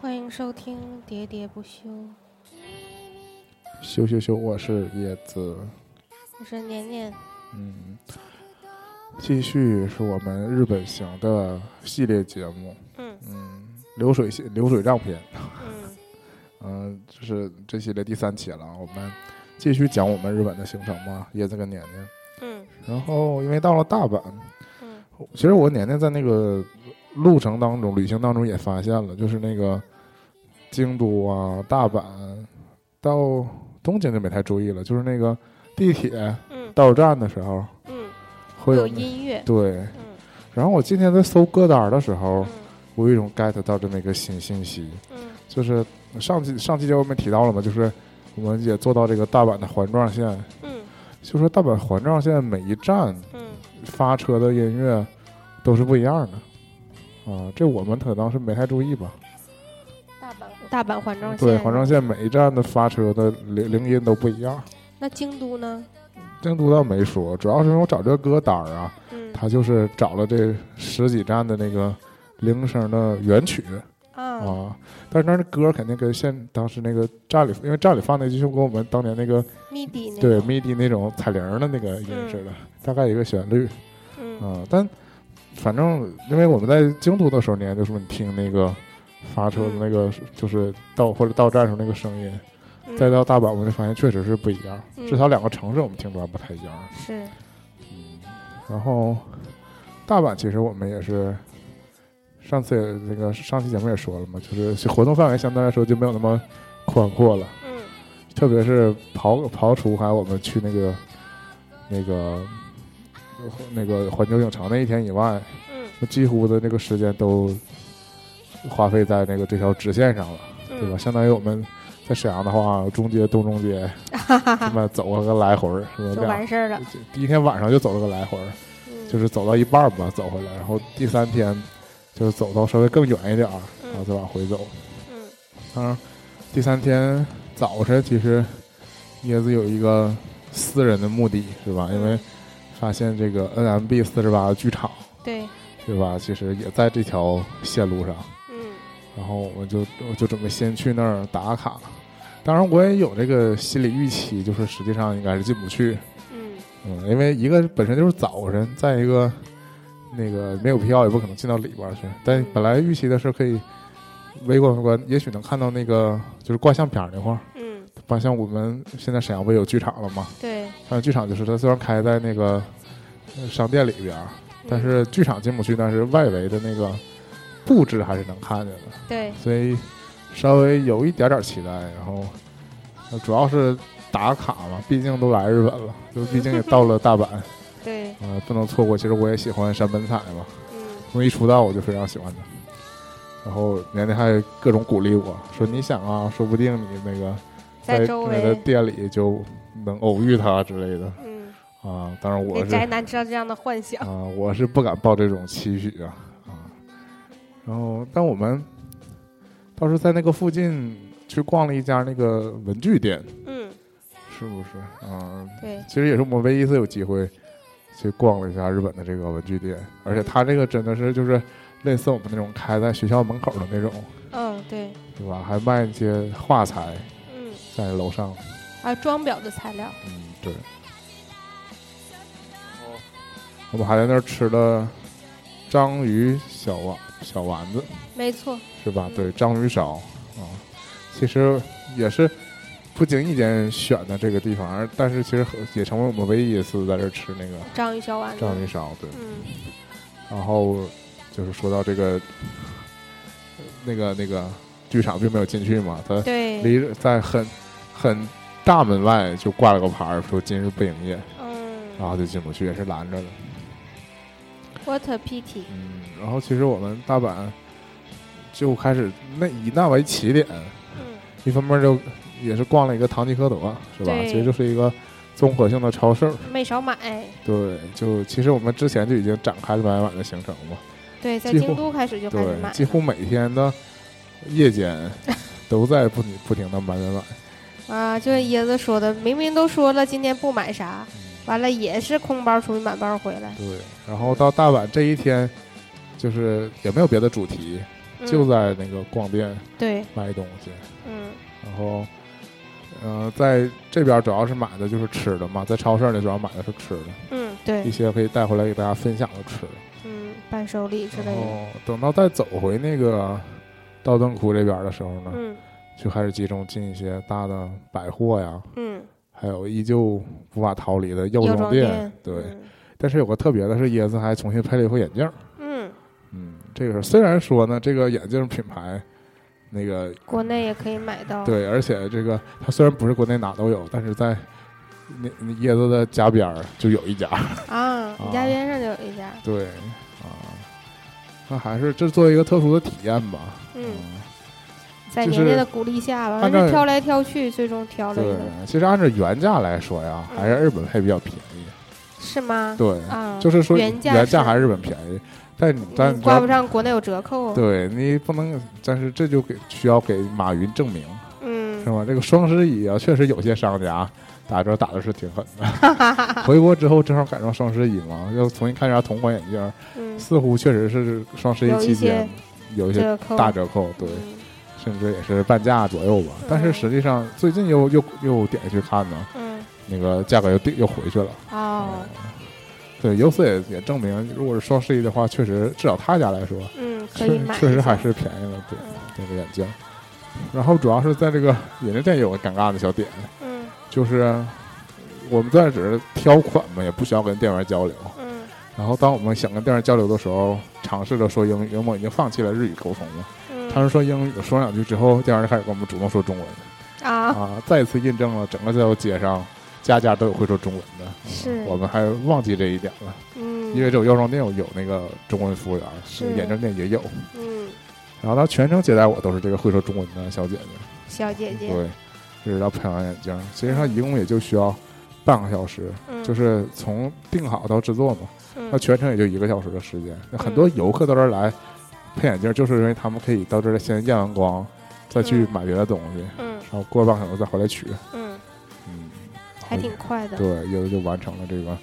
欢迎收听《喋喋不休》，咻咻咻，我是叶子。我是年年，嗯，继续是我们日本行的系列节目。嗯嗯，流水线流水账篇。嗯嗯，这是这系列第三期了，我们继续讲我们日本的行程嘛，叶子跟年年。嗯然后因为到了大阪，嗯其实我年年在那个路程当中、旅行当中也发现了，就是那个京都啊、大阪到东京就没太注意了，就是那个地铁嗯到站的时候嗯，会有有那音乐，对。嗯然后我今天在搜歌单的时候嗯，无意中 get 到这么一个新信息，嗯就是上期上期节目我们提到了嘛，就是我们也做到这个大阪的环状线，嗯就说大阪环状线每一站嗯发车的音乐都是不一样的，啊，这我们可能是没太注意吧。大阪大阪环状线，对，环状线每一站的发车的铃铃音都不一样。那京都呢？京都倒没说，主要是因为我找这个歌单儿啊，嗯它就是找了这十几站的那个铃声的原曲，啊啊，但是当时歌肯定跟现当时那个站里，因为站里放的就跟我们当年那个密底那对个， MIDI 那种彩铃儿的那个音似的，大概一个旋律嗯啊。但反正因为我们在京都的时候，你看就说你听那个发车的那个，就是到或者到站时候那个声音，嗯再到大阪，我们就发现确实是不一样，嗯至少两个城市我们听出来不太一样。是嗯，然后大阪其实我们也是上次也那个上期节目也说了嘛，就是活动范围相对来说就没有那么宽阔了，嗯特别是刨刨除还有我们去那个那个那个环球影城那一天以外，嗯几乎的那个时间都花费在那个这条直线上了，嗯对吧？相当于我们。在沈阳的话，中街、东 中街，他妈走了个来回儿，是就吧？两完事儿了，第一天晚上就走了个来回儿，嗯就是走到一半儿吧，走回来，然后第三天就走到稍微更远一点儿，然后嗯再往回走。嗯当然，第三天早晨其实椰子有一个私人的目的，是嗯吧？因为发现这个 NMB 四十八剧场，对，对吧？其实也在这条线路上，嗯然后我就我就准备先去那儿打卡。当然，我也有这个心理预期，就是实际上应该是进不去，嗯嗯，因为一个本身就是早晨，再一个那个没有必要也不可能进到里边儿去。但本来预期的是可以围观围观，也许能看到那个就是挂相片儿那块儿。嗯不像我们现在沈阳不也有剧场了吗？对，但是剧场就是它虽然开在那个呃商店里边儿，嗯但是剧场进不去，但是外围的那个布置还是能看见的。嗯对所以稍微有一点点期待。然后呃主要是打卡嘛，毕竟都来日本了，就毕竟也到了大阪，对，呃，不能错过。其实我也喜欢山本彩嘛，嗯从一出道我就非常喜欢他。然后年年还各种鼓励我说：“你想啊，说不定你那个在在周你的围，店里就能偶遇他之类的嗯，啊。”当然我给是宅男制造这样的幻想，啊，我是不敢抱这种期许啊啊。然后，但我们倒是在那个附近去逛了一家那个文具店，嗯是不是？啊，对，其实也是我们唯一一次有机会去逛了一下日本的这个文具店，而且它这个真的是就是类似我们那种开在学校门口的那种，嗯对，对吧？还卖一些画材嗯。在楼上，啊，装裱的材料，嗯，对。我们还在那儿吃了章鱼小丸小丸子，没错，是吧？嗯对，章鱼烧啊，其实也是不经意间选的这个地方，而但是其实很也成为我们唯一一次在这儿吃那个章鱼小丸子。章鱼烧。对，嗯然后就是说到这个呃那个那个剧场并没有进去嘛，它对，离在很很大门外就挂了个牌儿说今日不营业，然嗯后就进不去，也是拦着的。 ，What a pity！嗯，然后其实我们大阪就开始那以那为起点。嗯一方面就也是逛了一个唐吉诃德，是吧？对其实就是一个综合性的超市。没少买。对，就其实我们之前就已经展开了买晚的行程嘛，对，在几乎京都开始就开始对，买。几乎每天的夜 间都在不停不停的买买买。啊，就像椰子说的，明明都说了今天不买啥，完了也是空包出去满包回来。对，然后到大阪这一天，就是也没有别的主题，嗯就在那个逛店对，卖东西，嗯然后，呃，在这边主要是买的就是吃的嘛，在超市里主要买的是吃的，嗯，一对，些可以带回来给大家分享的吃的。嗯，伴手礼之类然的，后等到再走回那个道顿窟这边的时候呢，嗯就开始集中进一些大的百货呀，嗯，还有依旧无法逃离的药药妆妆店。店，对，嗯但是有个特别的是，椰子还重新配了一副眼镜儿。嗯，嗯，这个是虽然说呢，这个眼镜品牌，那个国内也可以买到，对，而且这个它虽然不是国内哪都有，但是在那那椰子的家边儿就有一家。啊，你家啊边上就有一家，对，嗯啊，那还是这作为一个特殊的体验吧。嗯，在就年龄是的鼓励下吧，按反照正挑来挑去，最终挑了一对个，，其实按照原价来说呀，嗯还是日本配比较便宜。是吗？对，啊，就是说原价还是日本便宜，但你但嗯你挂要不上国内有折扣， 对你不能，但是这就给需要给马云证明嗯是，吧？这个双十一啊，确实有些商家打折打的是挺狠的。 回国之后正好赶上双十一嘛，要重新看一下同款眼镜，嗯，似乎确实是双十一有一期些间有一些折扣大折扣，对，嗯甚至也是半价左右吧。但是实际上最近又又又点进去看呢，嗯，那个价格又定又回去了。哦，对，由此也也证明，如果是双十一的话，确实至少他家来说，嗯，可确以买一下，确实还是便宜了，对这个眼镜。然后主要是在这个饮料店有个尴尬的小点，嗯就是我们在只是挑款嘛，也不需要跟店员交流。嗯然后当我们想跟店员交流的时候，尝试着说英语，因为我已经放弃了日语沟通了。嗯，尝试说英语，说两句之后，店员就开始跟我们主动说中文啊，啊，再一次印证了整个这条街上家家都有会说中文的，嗯是，我们还忘记这一点了。嗯，因为这种药妆店有有那个中文服务员，是眼镜店也有。嗯，然后他全程接待我都是这个会说中文的小姐姐，小姐姐，对，一直到配完眼镜，其实他一共也就需要半个小时，嗯，就是从定好到制作嘛，嗯那全程也就一个小时的时间。那很多游客到这儿来配眼镜，就是因为他们可以到这儿先验完光，再去嗯买别的东西，嗯然后过半个小时再回来取，嗯，嗯，还挺快的，对，也就完成了这个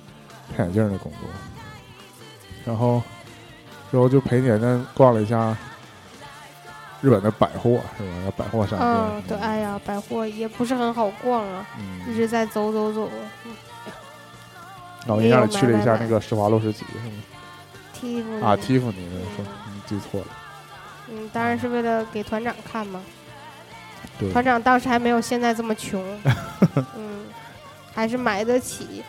配眼镜的工作。然后之后就陪年年逛了一下日本的百货，是吧？百货商店。嗯，对，哎呀，百货也不是很好逛啊，一嗯，直在走走走，然后印象里去了一下那个施华洛世奇，是吗？替补啊，呢蒂芙尼的是，你记错了。嗯，当然是为了给团长看嘛。对，团长当时还没有现在这么 穷，嗯，还是买得起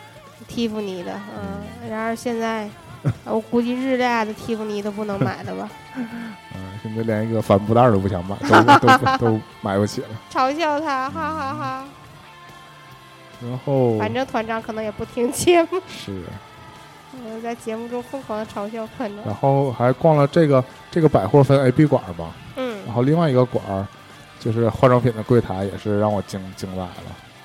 蒂芙尼的，嗯。然而现在，我估计日料的蒂芙尼都不能买了吧？ 嗯，现在连一个帆布袋都不想买，都都都买不起了。嘲笑他，哈哈哈。然后 反正团长可能也不听节目， 是，嗯，在节目中疯狂的嘲笑团长。然后还逛了这个这个百货分 A、B 馆嘛，然嗯，后另外一个馆儿就是化妆品的柜台，也是让我惊惊呆了。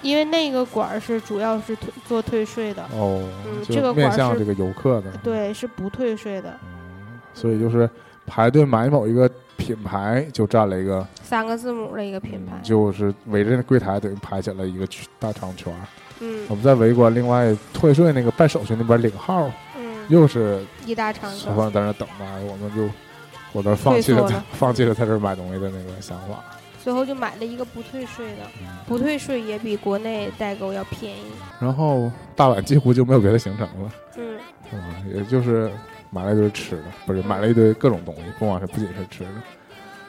因为那个馆儿是主要是退做退税的，哦，嗯就这个面馆向是这个游客的，对，是不退税的，嗯，所以就是排队买某一个品牌，就占了一个三个字母的一个品牌嗯。就是围着那柜台等于排起了一个圈大长圈儿。嗯我们在围观，另外退税那个办手续那边领号，嗯，又是一大长小朋串。友在那等待，我们就我都放弃了退缩在了放弃了在这儿买东西的那个想法。最后就买了一个不退税的，嗯不退税也比国内代购要便宜。然后大阪几乎就没有别的行程了，嗯是吧？也就是买了一堆吃的，不是买了一堆各种东西，不光是不仅是吃的。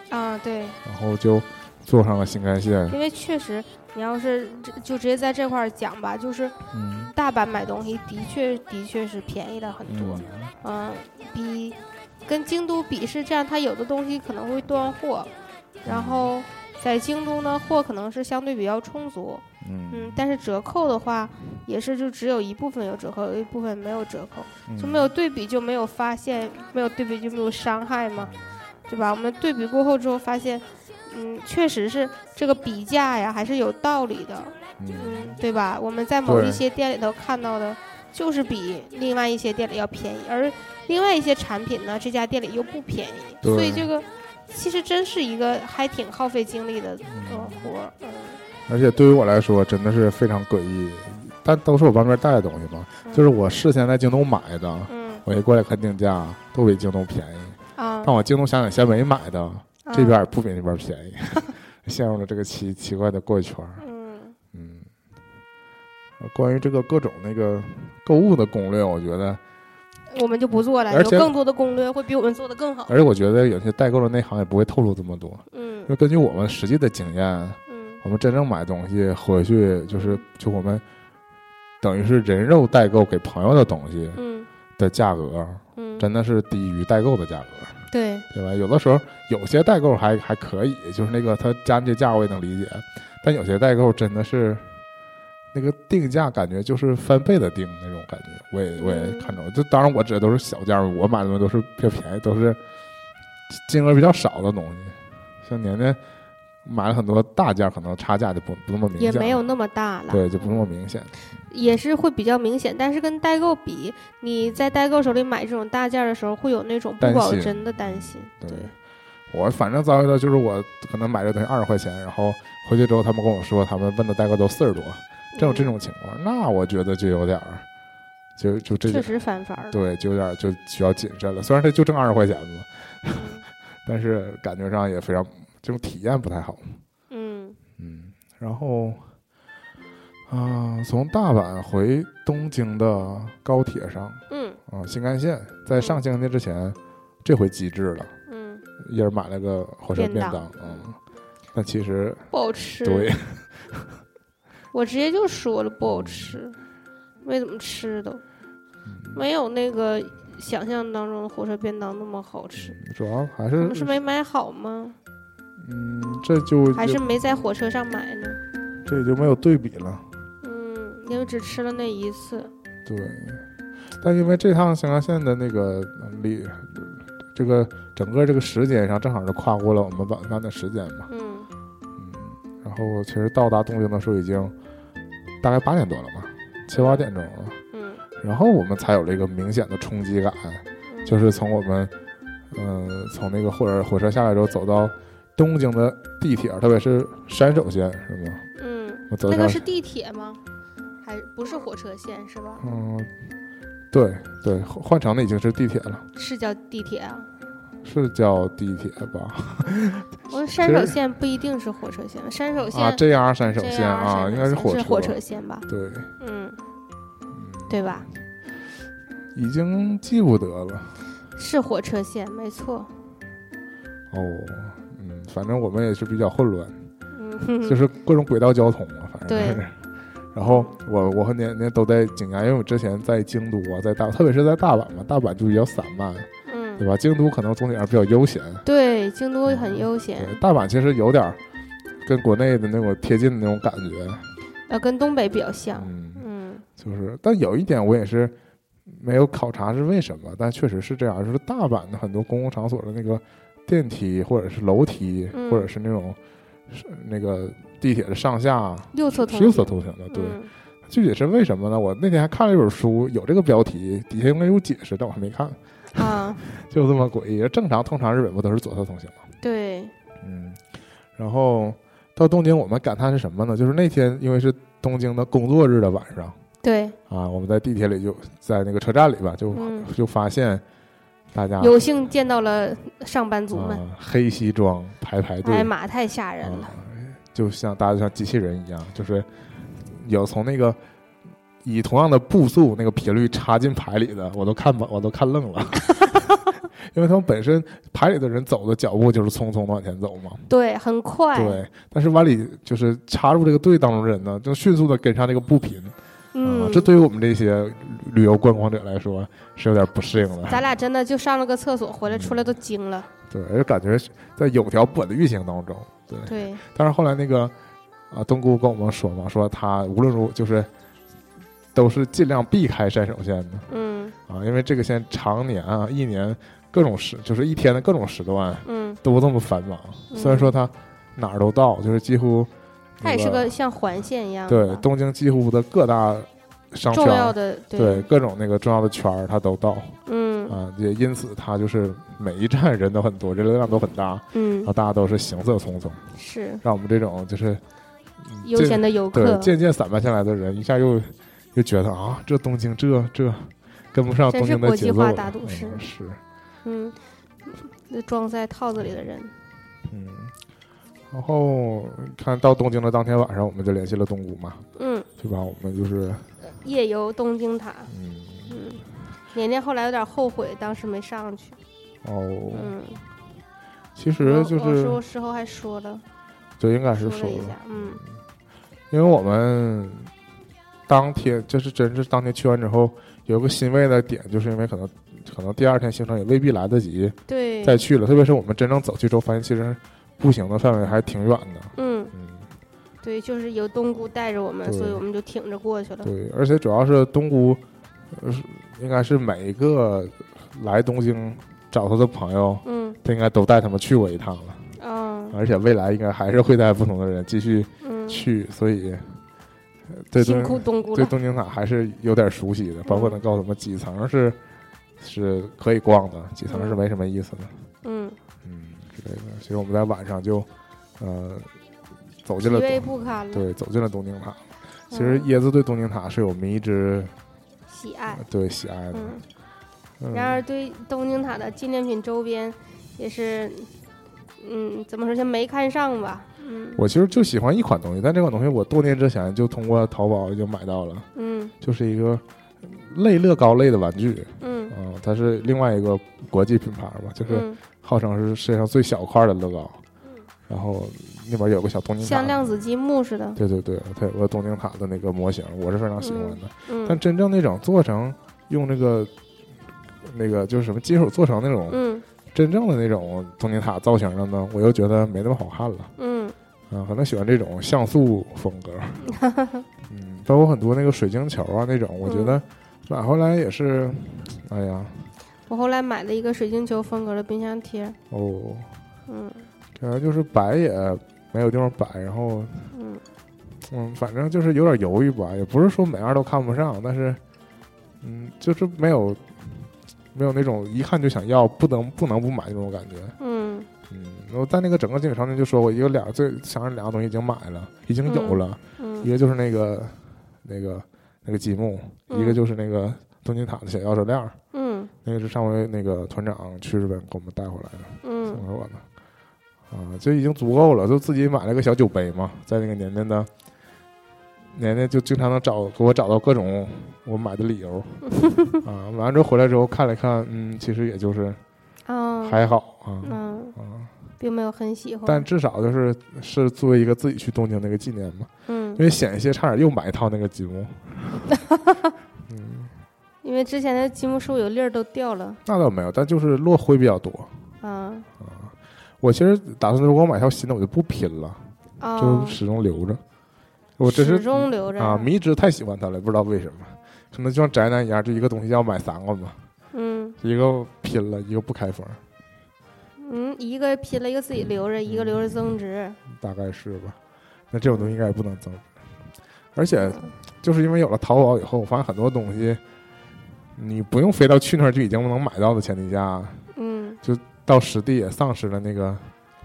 啊，对，然后就坐上了新干线。因为确实，你要是这就直接在这块儿讲吧，就是嗯，大阪买东西的确的确是便宜了很多，嗯、比跟京都比是这样，它有的东西可能会断货，然后在京都呢，货可能是相对比较充足，嗯嗯，但是折扣的话，也是就只有一部分有折扣，有一部分没有折扣。嗯就没有对比就没有发现，没有对比就没有伤害嘛，对吧？我们对比过后之后发现，嗯，确实是这个比价呀还是有道理的，嗯嗯，对吧？我们在某对一些店里头看到的，就是比另外一些店里要便宜，而另外一些产品呢，这家店里又不便宜，对所以这个其实真是一个还挺耗费精力的呃嗯，活儿，嗯，而且对于我来说真的是非常诡异，但都是我旁边带的东西嘛，嗯就是我事先在京东买的，嗯我一过来看定价都比京东便宜，啊但我京东想想先没买的，嗯这边儿也不比那边儿便宜， 陷入了这个奇奇怪的怪圈儿。嗯嗯，关于这个各种那个购物的攻略，我觉得，嗯，我们就不做了，有而且更多的攻略会比我们做的更好。而且我觉得有些代购的内行也不会透露这么多，嗯因为根据我们实际的经验，嗯我们真正买东西回去就是就我们等于是人肉代购给朋友的东西嗯的价格，嗯，真的是低于代购的价格。对，对吧？有的时候有些代购还还可以，就是那个他加这价我也能理解，但有些代购真的是那个定价感觉就是翻倍的定那种感觉，我也我嗯也看着，就当然我指的都是小件儿，我买的都是比较便宜，都是金额比较少的东西。像年年买了很多大件儿，可能差价就不不那么明也显，没有那么大了，嗯对，就不那么明显。也是会比较明显。但是跟代购比，你在代购手里买这种大件儿的时候，会有那种不担保心真的担心。对我反正遭遇到就是我可能买这东西二十块钱，然后回去之后他们跟我说，他们问的代购都四十多。真有这嗯种情况，那我觉得就有点儿，就就这确就实翻番儿了。对，就有点儿就需要谨慎了。虽然它就挣二十块钱嘛，嗯 但是感觉上也非常这种体验不太好。嗯嗯，然后啊、从大阪回东京的高铁上嗯啊、新干线在上新干线之前，这回机智了，嗯，一人买了个火车便便当当，嗯，但其实不好吃。对， 我直接就说了不好嗯吃，没怎么吃都，没有那个想象当中的火车便当那么好吃。主要还我是们是没买好吗？嗯，这就还是没在火车上买呢？这就没有对比了。嗯，因为只吃了那一次。对，但因为这趟新干线的那个呃里，这个整个这个时间上正好是跨过了我们晚饭的时间嘛，嗯嗯，然后其实到达东京的时候已经大概八点多了吧，七八点钟了，嗯，然后我们才有了一个明显的冲击感，嗯就是从我们，嗯、从那个火车火车下来之后走到东京的地铁，特别是山手线是吗？嗯，我走那到个是地铁吗？还不是火车线是吧？嗯，对对，换换乘的已经是地铁了。是叫地铁啊？是叫地铁吧？我说山手线不一定是火车线，山手线啊，JR 山手 JR 线啊，山应手该是线火是车。火车线吧？对，嗯，嗯，对吧？已经记不得了。是火车线，没错。哦，嗯，反正我们也是比较混乱，嗯，哼就哼是各种轨道交通嘛，反正对就是。然后我我和年年都在景崖，因为我之前在京都啊，在大，特别是在大阪嘛，大阪就比较散漫，对嗯，吧？京都可能总体上比较悠闲，对，京都很悠对闲，，大阪其实有点儿跟国内的那种贴近的那种感觉，呃，跟东北比较像。嗯，嗯就是，但有一点我也是没有考察是为什么，但确实是这样，就是大阪的很多公共场所的那个电梯或者是楼梯，嗯或者是那种是那个地铁的上下右侧是通右侧行通行的，对。嗯具体是为什么呢？我那天还看了一本书，有这个标题，底下应该有解释，但我还没看，啊，就这么诡异。正常，通常日本不都是左侧通行吗？对，嗯，然后到东京，我们感叹是什么呢？就是那天因为是东京的工作日的晚上。对，啊，我们在地铁里就在那个车站里吧，就、嗯就发现大家有幸见到了上班族们，啊黑西装排排队，哎妈，太吓人啊了。，就像大家就像机器人一样，就是有从那个以同样的步速那个频率插进排里的，我都看吧，我都看愣了， 因为他们本身排里的人走的脚步就是匆匆的往前走嘛，对，很快，对，啊但是往里就是插入这个队当中的人呢，就迅速的跟上这个步频，啊嗯，，这对于我们这些旅旅游观光者来说是有点不适应咱的。俩真的就上了个厕所，回来出来都嗯惊了。对，而且感觉是在有条不紊的运行当中。对，对，但是后来那个啊，东姑跟我们说嘛，说他无论如就是都是尽量避开山手线的嗯啊，因为这个线常年啊，一年各种时就是一天的各种时段嗯，都这么繁忙。虽然说他哪儿都到，就是几乎它嗯也是那个像环线一样对的，东京几乎的各大商圈重要儿，的，对，各种那个重要的圈儿他都到。嗯啊，也因此它就是每一站人都很多，人流量都很大，然嗯，后大家都是行色匆匆，是让我们这种就是嗯悠渐闲的游对客，渐渐散漫下来的人，一下又又觉得啊，这东京这这跟不上真东是京的国节际奏嗯化了大都市嗯是嗯，那装在套子里的人，嗯，然后看到东京的当天晚上，我们就联系了东姑嘛，嗯，对吧？我们就是夜游东京塔，嗯，嗯，年年后来有点后悔，当时没上去，哦，嗯，其我实就我是说事后还说了，就应该是说说了一下，嗯因为我们当天就是真是当天去完之后，有个欣慰的点，就是因为可能可能第二天行程也未必来得及对，再去了，特别是我们真正走去之后，发现其实步行的范围还挺远的。嗯嗯，对，就是有东姑带着我们，对所以我们就挺着过去了，对，而且主要是东姑，呃是应该是每一个呃来东京找他的朋友，嗯他应该都带他们去过一趟了，啊而且未来应该还是会带不同的人继续嗯，去，所以呃对辛东苦东姑对了，东京塔还是有点熟悉的，包括能告诉我们几层是是可以逛的，几层是没什么意思的，嗯，嗯之类的。其实我们在晚上就呃走进了疲惫东不堪了，对走进了东京塔。其实嗯椰子对东京塔是有迷之喜爱，对喜爱的，嗯，嗯然而对东京塔的纪念品周边也是，嗯，怎么说，就没看上吧，嗯我其实就喜欢一款东西，但这款东西我多年之前就通过淘宝已经买到了，嗯就是一个类乐高类的玩具，嗯嗯、它是另外一个国际品牌嘛，就是嗯，号称是世界上最小块的乐高嗯，然后那边有个小东京塔，像量子积木似的，对对对，它有个东京塔的那个模型，我是非常喜欢的。但嗯真正那种做成用那个那个就是什么金属做成那种、嗯真正的那种东京塔造型的呢，我又觉得没那么好看了。嗯啊，可能喜欢这种像素风格，嗯，包括很多那个水晶球啊那种，我觉得买回来也是，哎呀，我后来买了一个水晶球风格的冰箱贴，哦，嗯感觉就是摆也没有地方摆，然后嗯嗯，反正就是有点犹豫吧，也不是说每样都看不上，但是，嗯，就是没有没有那种一看就想要，不能不能不买那种感觉。嗯嗯，我在那个整个经理场景就说过，一个俩最想要两个东西已经买了，已经有了，一嗯个就是那个那个那个积木，嗯一个就是那个东京塔的小钥匙链儿，嗯那个是上回那个团长去日本给我们带回来的，送嗯给我的。啊，就已经足够了，就自己买了个小酒杯嘛，在那个年年的，年年就经常能找给我找到各种我买的 理由，啊，买完之后回来之后看了看，嗯，其实也就是啊，还好啊嗯，啊，并没有很喜欢，但至少就是是作为一个自己去东京的一个纪念嘛，嗯因，为险一些差点又买一套那个积木，嗯，因为之前的积木树有粒儿都掉了那倒没有，但就是落灰比较多啊啊。我其实打算如果我买条新的，我就不拼了，啊，就始终留着。我这是始终留着啊，迷之太喜欢它了，不知道为什么，可能就像宅男一样，就一个东西要买三个嘛，嗯一个拼了，一个不开封，嗯，一个拼了一个自己留嗯着，一个留着增值，大概是吧？那这种东西应该也不能增值，而且就是因为有了淘宝以后，我发现很多东西，你不用飞到去那儿就已经能买到的前提下，嗯，到实地也丧失了那个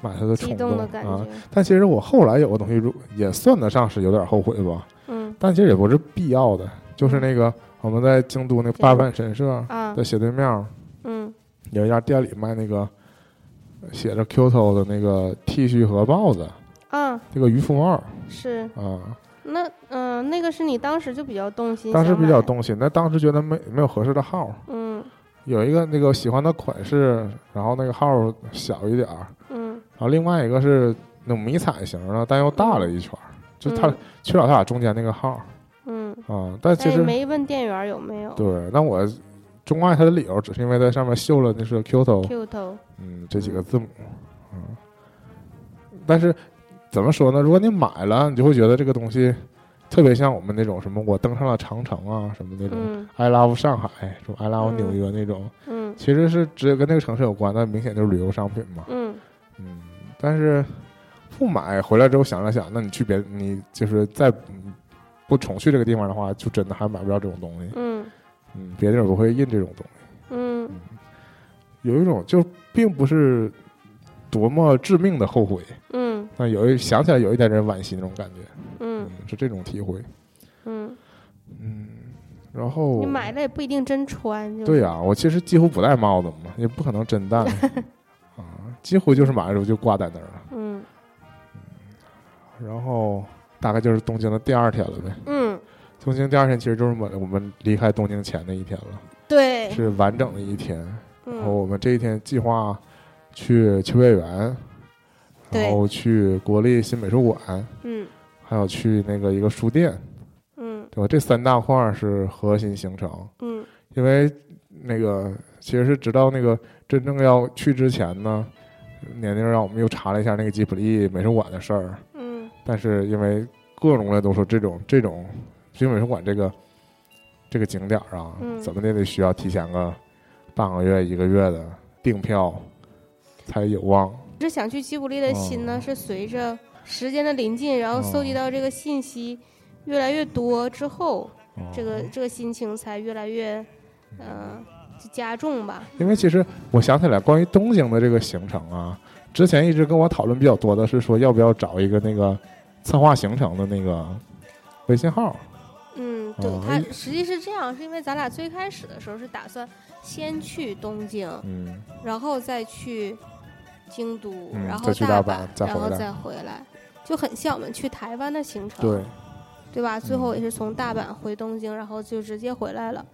买它的激冲动的感啊。觉，但其实我后来有个东西，如也算得上是有点后悔吧，嗯但其实也不是必要的，就是那个我们在京都那个八幡神社啊的斜对面儿。嗯有一家店里卖那个写着 Qto 的那个 T 恤和帽子，啊这个渔夫帽儿是啊，那嗯、那个是你当时就比较动心，当时想比较买，动心，但当时觉得没没有合适的号儿，嗯有一个那个喜欢的款式，然后那个号儿小一点儿，嗯然后另外一个是那种迷彩型的，但又大了一圈儿，就它嗯缺少它俩中间那个号嗯，儿啊，但其但也实没问店员有没有对，那我。钟爱它的理由只是因为在上面绣了那是 Qto， Q 头，嗯，这几个字母，嗯，但是怎么说呢？如果你买了，你就会觉得这个东西特别像我们那种什么我登上了长城啊，什么那种、嗯 I love 上海，什么 I love 嗯纽约那种，嗯其实是只有跟那个城市有关，但明显就是旅游商品嘛。嗯嗯，但是不买回来之后想了想，那你去别你就是再嗯不重去这个地方的话，就真的还买不着这种东西。嗯嗯，别的地儿不会印这种东西。嗯有一种就并不是多么致命的后悔，嗯那有一想起来有一点点惋惜那种感觉，嗯嗯，是这种体会，哦嗯，嗯，然后你买了也不一定真穿，就是 对呀、我其实几乎不戴帽子嘛，也不可能真戴啊，几乎就是马铃薯就挂在那儿了。嗯然后大概就是东京的第二天了呗。嗯，东京第二天其实就是我们我们离开东京前的一天了，对，是哦完整的一天。然后嗯我们这一天计划去秋叶原，对然后去国立新美术馆，嗯还有去那个一个书店，嗯对吧？这三大块儿是核心行程，嗯因为那个其实是直到那个真正要去之前呢，年龄让我们又查了一下那个吉卜力美术馆的事儿，嗯但是因为各种人都说这种这种吉卜力美术馆这个这个景点儿啊，嗯怎么的也得需要提前个半个月一个月的订票才有望。这想去吉卜力的心呢，哦是随着时间的临近，然后搜集到这个信息越来越多之后，这哦个这个心情才越来越，嗯、加重吧。因为其实我想起来，关于东京的这个行程啊，之前一直跟我讨论比较多的是说，要不要找一个那个策划行程的那个微信号。嗯，对哦，他一实际是这样，是因为咱俩最开始的时候是打算先去东京，嗯，然后再去京都，嗯然后再去大大阪再然回后来再回来，就很像我们去台湾的行程，对，对吧？最后也是从大阪回东京，然后就直接回来了。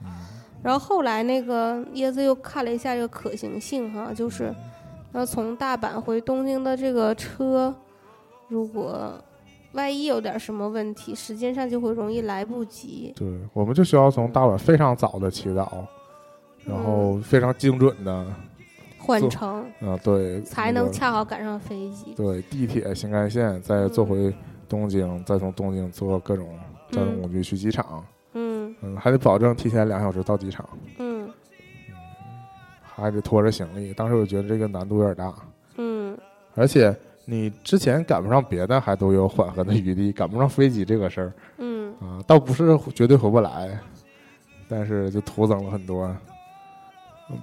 然后后来那个椰子又看了一下这个可行性哈，就是要从大阪回东京的这个车，如果万一有点什么问题，时间上就会容易来不及。对，我们就需要从大阪非常早的起早，然嗯后非常精准的啊、换坐乘对，才那能个恰好赶上飞机。对地铁、新干线，再坐回东京，再从东京坐各种交通工具去机场。嗯嗯，还得保证提前两小时到机场，嗯还得拖着行李。当时我觉得这个难度有点大。嗯，而且你之前赶不上别的，还都有缓和的余地，赶不上飞机这个事儿嗯啊，倒不是绝对回不来，但是就徒增了很多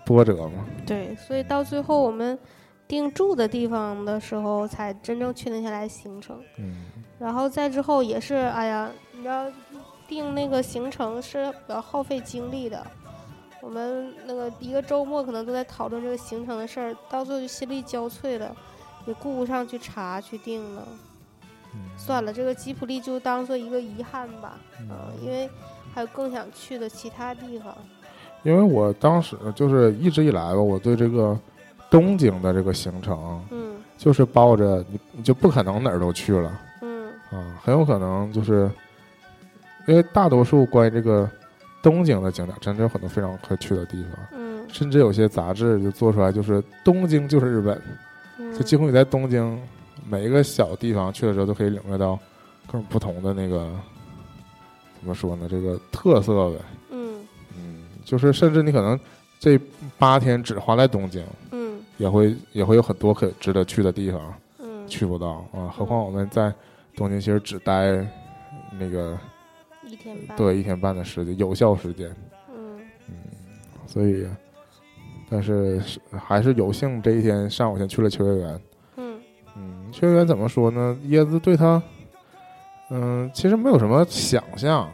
波折嘛。对，所以到最后我们定住的地方的时候，才真正确定下来行程。嗯，然后再之后也是，哎呀，你知道定那个行程是比较耗费精力的。我们那个一个周末可能都在讨论这个行程的事儿，到最后就心力交瘁了，也顾不上去查去定了。嗯算了，这个吉普力就当做一个遗憾吧，嗯、因为还有更想去的其他地方。因为我当时就是一直以来吧，我对这个东京的这个行程，嗯就是抱着你你就不可能哪儿都去了嗯啊，很有可能就是因为大多数关于这个东京的景点，真的有很多非常可去的地方。嗯甚至有些杂志就做出来，就是东京就是日本，嗯，就几乎你在东京每一个小地方去了之后，都可以领略到各种不同的那个怎么说呢，这个特色呗。嗯嗯，就是甚至你可能这八天只花在东京，嗯也会也会有很多可值得去的地方嗯，去不到啊。何况我们在东京其实只待那个一天半，，对一天半的时间，有效时间。嗯所以，但是是还是有幸这一天上午先去了秋叶原。嗯嗯，秋叶原怎么说呢？椰子对他，嗯，其实没有什么想象。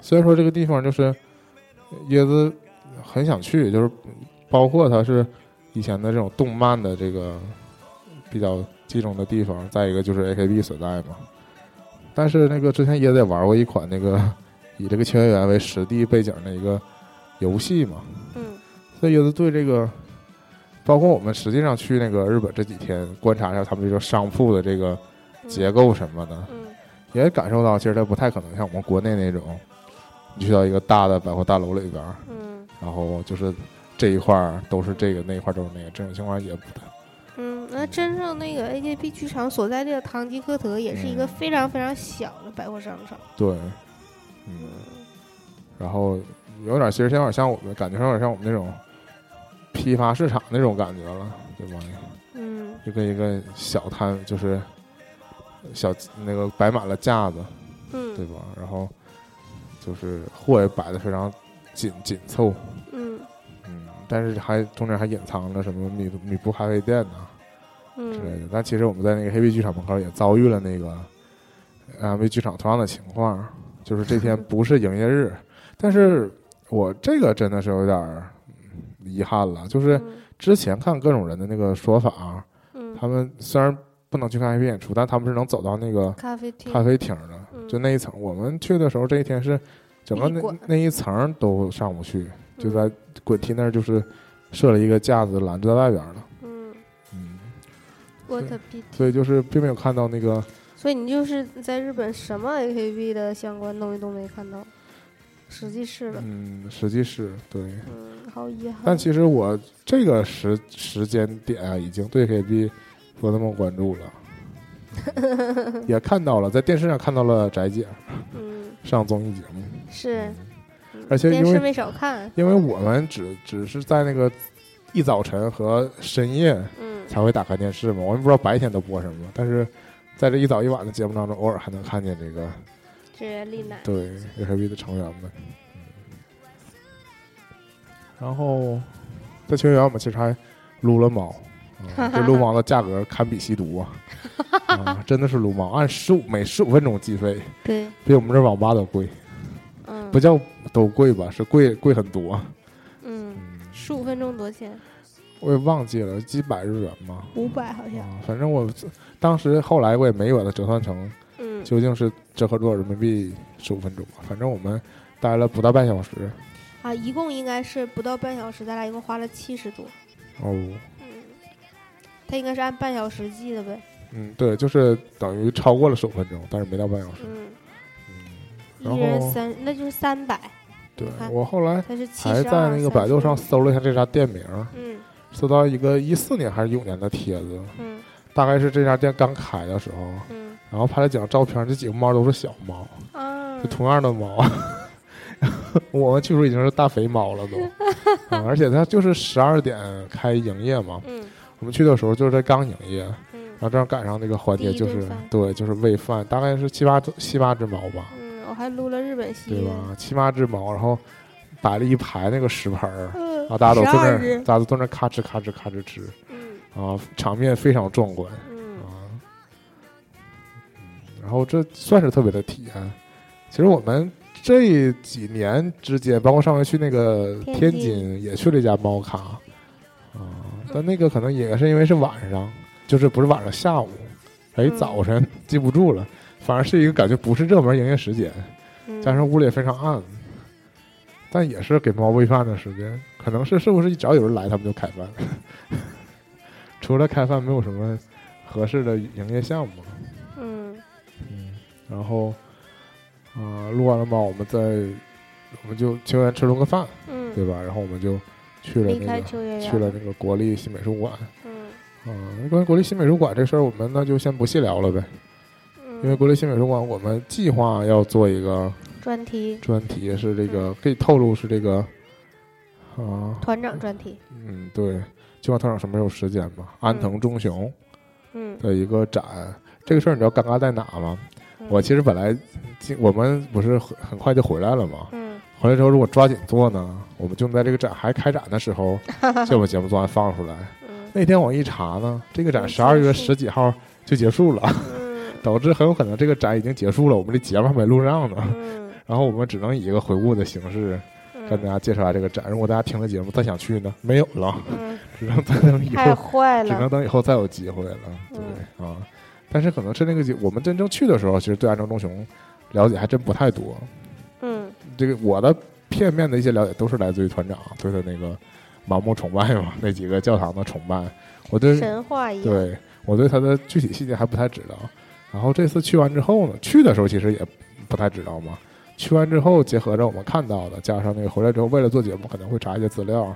虽然说这个地方就是椰子很想去，就是包括它是以前的这种动漫的这个比较集中的地方，再一个就是 AKB 所在嘛。但是那个之前椰子也玩过一款那个以这个秋叶原为实地背景的一个游戏嘛，嗯所以有的对这个，包括我们实际上去那个日本这几天观察一下他们这个商铺的这个嗯，结构什么的，嗯也感受到其实它不太可能像我们国内那种，你去到一个大的百货大楼里边儿，嗯然后就是这一块儿都是这个，那一块儿都是那个，这种情况也不太。嗯，那真正那个 AKB 剧场所在地的唐吉诃德也是一个嗯非常非常小的百货商场，对，嗯，然后有点其实有点像我们，感觉上有点像我们那种批发市场那种感觉了，对吧？嗯一个一个小摊，就是小那个摆满了架子，对嗯吧？然后就是货也摆的非常紧紧凑，嗯嗯，但是还中间还隐藏着什么米米布咖啡店呐之类嗯的。但其实我们在那个黑啤剧场门口也遭遇了那个 MV 剧场同样的情况，就是这天不是营业日，但是我这个真的是有点儿嗯遗憾了，就是嗯之前看各种人的那个说法啊。他们虽然不能去看 happy 演出，但他们是能走到那个咖啡厅，咖啡厅的，嗯就那一层。我们去的时候，这一天是整个闭馆那那一层都上不去，嗯就在滚梯那儿，就是设了一个架子拦住在外边了。嗯嗯， ，what a pity。所以就是并没有看到那个所以你就是在日本什么 AKB 的相关东西都没看到，实际是了，嗯，实际是对。嗯，好遗憾。但其实我这个时时间点啊，已经对 KB 佛特梦关注了， 嗯也看到了，在电视上看到了翟姐嗯，上综艺节目，是，嗯而且因电为视没少看，嗯因为我们只只是在那个一早晨和深夜嗯才会打开电视嘛，我们不知道白天都播什么，但是在这一早一晚的节目当中，偶尔还能看见这个志愿丽乃，对 AKB 的成员们。嗯然后在球员，我们其实还撸了猫，啊这撸猫的价格堪比吸 毒啊！啊，真的是撸猫，按十五每十五分钟计费，对，比我们这网吧都贵，嗯，不叫都贵吧，是贵贵很多。嗯，嗯，十五分钟多少钱？我也忘记了，几百日元嘛。五百好像，啊，反正我当时后来我也没有把它折算成嗯，究竟是折合多少人民币十五分钟吧。反正我们待了不到半小时，啊，一共应该是不到半小时，咱俩一共花了七十多，哦，嗯，他应该是按半小时计的呗，嗯，对，就是等于超过了十五分钟，但是没到半小时。嗯，嗯然一人后三，那就是三百，对嗯你看我后来他是七还十在那个百度上，搜了一下这家店名，嗯搜到一个一四年还是一五年的帖子，嗯大概是这家店刚开的时候，嗯然后拍了几张照片，这几个猫都是小猫，啊就，同样的猫。嗯我们去时候已经是大肥猫了都， 嗯而且它就是十二点开营业嘛，嗯我们去的时候就是它刚营业，嗯然后正好赶上那个环节第一就顿是饭对，就是喂饭，大概是七八只七八只猫吧，嗯，我还撸了日本戏对院，吧？七八只猫，然后摆了一排那个食盆儿，嗯然，后啊大家都坐那12儿，只大家都坐那儿咔哧咔哧咔哧吃嗯啊，场面非常壮观嗯啊。嗯然后这算是特别的体验。其实我们这几年之间，包括上回去那个天天津津，也去了一家猫咖啊，但那个可能也是因为是晚上，就是不是晚上下午，哎，嗯早晨记不住了，反而是一个感觉不是热门营业时间。嗯，加上屋里也非常暗，但也是给猫喂饭的时间，可能是是不是只要有人来，他们就开饭， 除了开饭没有什么合适的营业项目了。嗯嗯，然后，啊、录完了猫，我们再我们就球员吃了个饭，嗯，对吧？然后我们就去了离那开个秋叶原去了那个国立新美术馆。嗯啊、关于国立新美术馆这事儿，我们那就先不细聊了呗。嗯，因为国立新美术馆，我们计划要做一个专题专题是这个可以透露是这个啊，团长专题，嗯，对，计划团长什么时候有时间嘛？安藤忠雄嗯，的一个展，这个事儿你知道尴尬在哪吗？嗯我其实本来今我们不是很很快就回来了嘛，嗯回来之后如果抓紧做呢，我们就能在这个展还开展的时候就把节目做完放出来。嗯那天我一查呢，这个展嗯十二月结束十几号就结束了， 嗯导致很有可能这个展已经结束了，我们这节目还没录上呢。嗯然后我们只能以一个回顾的形式嗯，跟大家介绍一下这个展。如果大家听了节目再想去呢，没有了，嗯，只能再等以太后，坏只了嗯能，等以后再有机会了。对啊，但是可能是那个节我们真正去的时候，其实对安城中雄了解还真不太多。嗯这个我的片面的一些了解都是来自于团长对他那个盲目崇拜嘛，那几个教堂的崇拜，我对神话一样，对我对他的具体细节还不太知道。然后这次去完之后呢，去的时候其实也不太知道嘛。去完之后，结合着我们看到的，加上那个回来之后，为了做节目可能会查一些资料，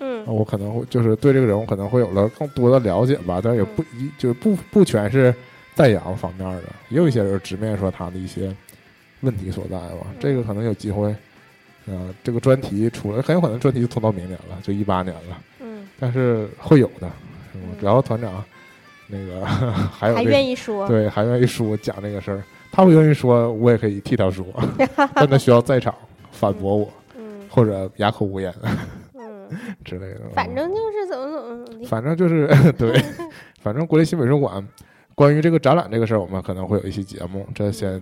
嗯我可能会就是对这个人物可能会有了更多的了解吧，但也不一就是不不全是赞扬方面的，也有一些人直面说他的一些问题所在吧。这个可能有机会，呃，这个专题出来很有可能专题就拖到明年了，就一八年了。嗯，但是会有的，嗯嗯只要团长那个 还有、还这个、愿意说，对还愿意说讲这个事儿，他不愿意说，我也可以替 他说，但他需要在场反驳我嗯或者哑 口无言嗯，之类的。嗯反正就是怎么怎么你，反正就是 对，反正国立新美术馆关于这个展览这个事儿，我们可能会有一期节目，这先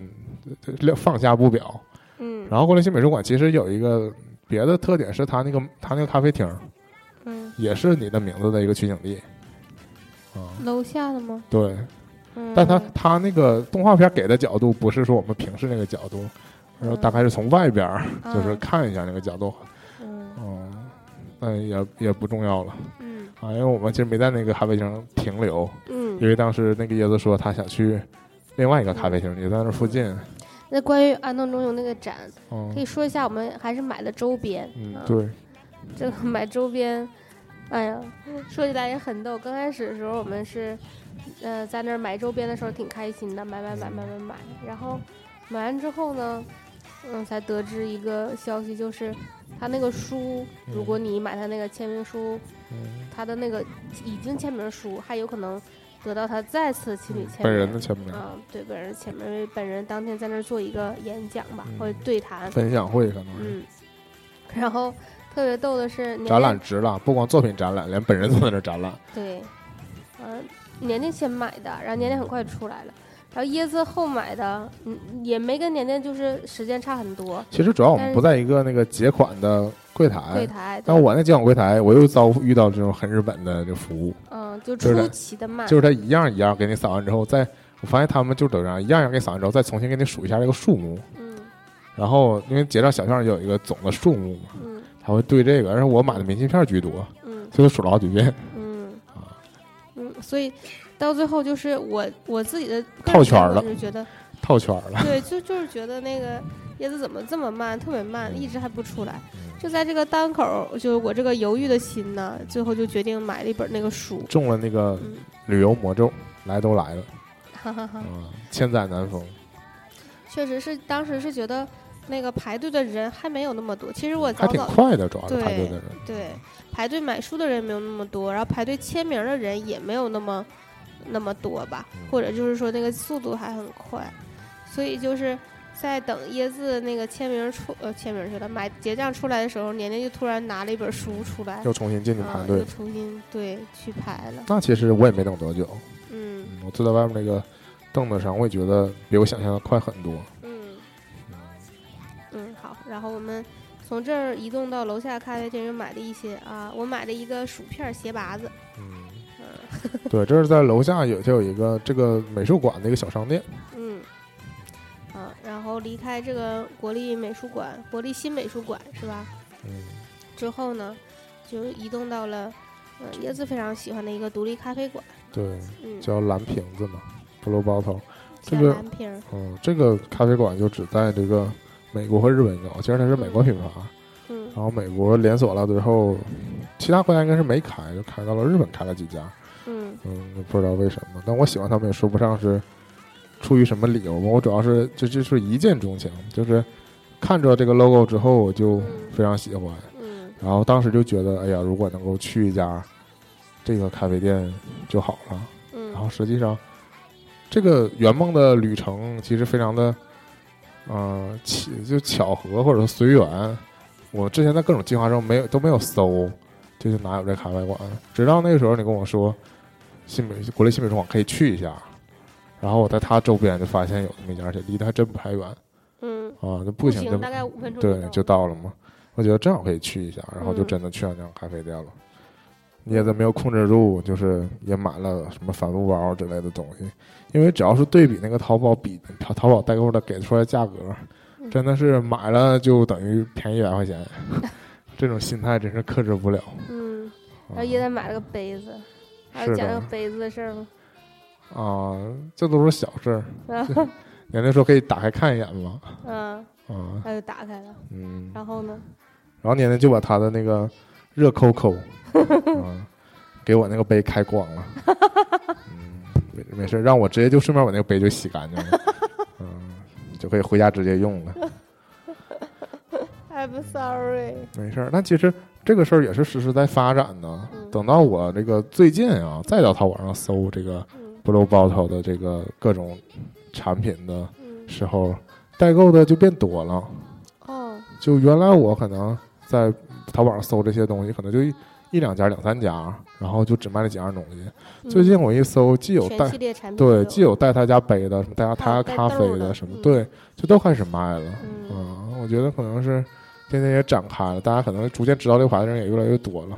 撂放下不表。嗯然后国立新美术馆其实有一个别的特点是它那个它那个咖啡厅，嗯也是你的名字的一个取景地，啊、楼下的吗？对，嗯，但他他那个动画片给的角度不是说我们平时那个角度，然后大概是从外边儿嗯就是看一下那个角度，嗯嗯，但也也不重要了嗯啊，因为我们其实没在那个咖啡厅停留，因嗯。为当时那个椰子说他想去另外一个咖啡厅，也在那附近，那关于安藤忠雄那个展，嗯可以说一下我们还是买的周边。嗯，对，这个 买周边，哎呀，说起来也很逗。刚开始的时候，我们是，呃，在那儿买周边的时候挺开心的，买买嗯买买买买。然后买完之后呢，嗯，才得知一个消息，就是他那个书，如果你买他那个签名书，嗯，他的那个已经签名书，还有可能得到他再次亲笔签名。嗯本人的签名啊、对，本人签名，因为本人当天在那儿做一个演讲吧，嗯或者对谈，分享会可能是。嗯，然后特别逗的是年展年览值了，不光作品展览，连本人都在那展览。对，嗯、年年先买的，然后年年很快出来了，然后椰子后买的，嗯，也没跟年年就是时间差很多，其实主要我但们是不在一个那个结款的柜台，柜台，哎但我那结款柜台，我又遭遇到这种很日本的这服务，嗯、就就是出的奇的慢，就是他一样一样给你扫完之后，再我发现他们就等样一样一样给你扫完之后，再重新给你数一下这个数目，嗯然后因为结账小票有一个总的数目嘛，嗯他会对这个，而且我买的明信片居多，嗯所以我数了好几遍，嗯啊嗯，所以到最后就是我我自己的个人套圈感了就是觉 得套圈了。对，就就是觉得那个椰子怎么这么慢，特别慢，一直还不出来。嗯就在这个当口儿，就是我这个犹豫的心呢，最后就决定买了一本那个书， 中了那个嗯旅游魔咒，来都来了，哈哈哈啊、。千载难逢。确实是，当时是觉得那个排队的人还没有那么多。其实我还早挺早快的，主要是对排队的人。对排队买书的人没有那么多，然后排队签名的人也没有那么那么多吧，嗯或者就是说那个速度还很快，所以就是在等椰子那个签名出呃签名去了，买结账出来的时候，年年就突然拿了一本书出来，又重新进去啊排，队又。重新对去排了，那其实我也没等多久，嗯嗯我坐在外面那个凳子上，我也觉得比我想象的快很多。嗯嗯，好，然后我们从这儿移动到楼下咖啡店，又买了一些啊，我买了一个薯片儿鞋拔子，嗯，嗯对，这是在楼下有就有一个这个美术馆的一个小商店，嗯，啊，然后离开这个国立美术馆，国立新美术馆是吧？嗯，之后呢，就移动到了嗯椰子非常喜欢的一个独立咖啡馆，对，嗯，叫蓝瓶子嘛，Blue Bottle。这小个蓝瓶儿，嗯，这个咖啡馆就只在这个美国和日本有，其实它是美国品牌，嗯然后美国连锁了之后，其他国家应该是没开，就开到了日本开了几家。嗯嗯，也不知道为什么，但我喜欢他们也说不上是出于什么理由吧。我主要是这这就是一见钟情，就是看着这个 logo 之后我就非常喜欢，嗯然后当时就觉得，哎呀，如果能够去一家这个咖啡店就好了。然后嗯实际上，这个圆梦的旅程其实非常的，嗯、巧就巧合或者说随缘。我之前在各种计划中没有都没有搜，就是哪有这咖啡馆？直到那个时候你跟我说新美国立新美术馆可以去一下，然后我在它周边就发现有那么一家，而且离得还真不太远嗯，啊，那步步行就行大概五分钟对就到了，到了嘛。我觉得正好可以去一下，然后就嗯真的去了那家咖啡店了。椰子没有控制住，就是也买了什么帆布包之类的东西，因为只要是对比那个淘宝比淘淘宝代购的给出来价格，嗯真的是买了就等于便宜一百 块钱，这种心态真是克制不了。嗯，啊然后椰子买了个杯子，还有是讲的讲杯子的事儿 吗？啊，这都是小事儿。啊人家说可以打开看一眼嘛，嗯，啊，他就打开了，嗯，然后呢？然后年年就把他的那个热 扣扣，啊，给我那个杯开光了。嗯，没没事，让我直接就顺便把那个杯就洗干净 了，嗯，就可以回家直接用了， I'm sorry。没事儿。那其实这个事儿也是实时在发展的嗯。等到我这个最近啊，再到淘宝上搜这个嗯 Blue Bottle 的这个各种产品的嗯时候，代购的就变多了。哦，就原来我可能在淘宝上搜这些东西，可能就一一两家、两三家，然后就只卖那几样东西。嗯最近我一搜，既有全带系列产品都对，既有带他家杯的，什么带还他有他带咖豆啡的的，什么嗯对，就都开始卖了。嗯嗯，我觉得可能是渐渐也展开了，大家可能逐渐知道这个牌子的人也越来越多了。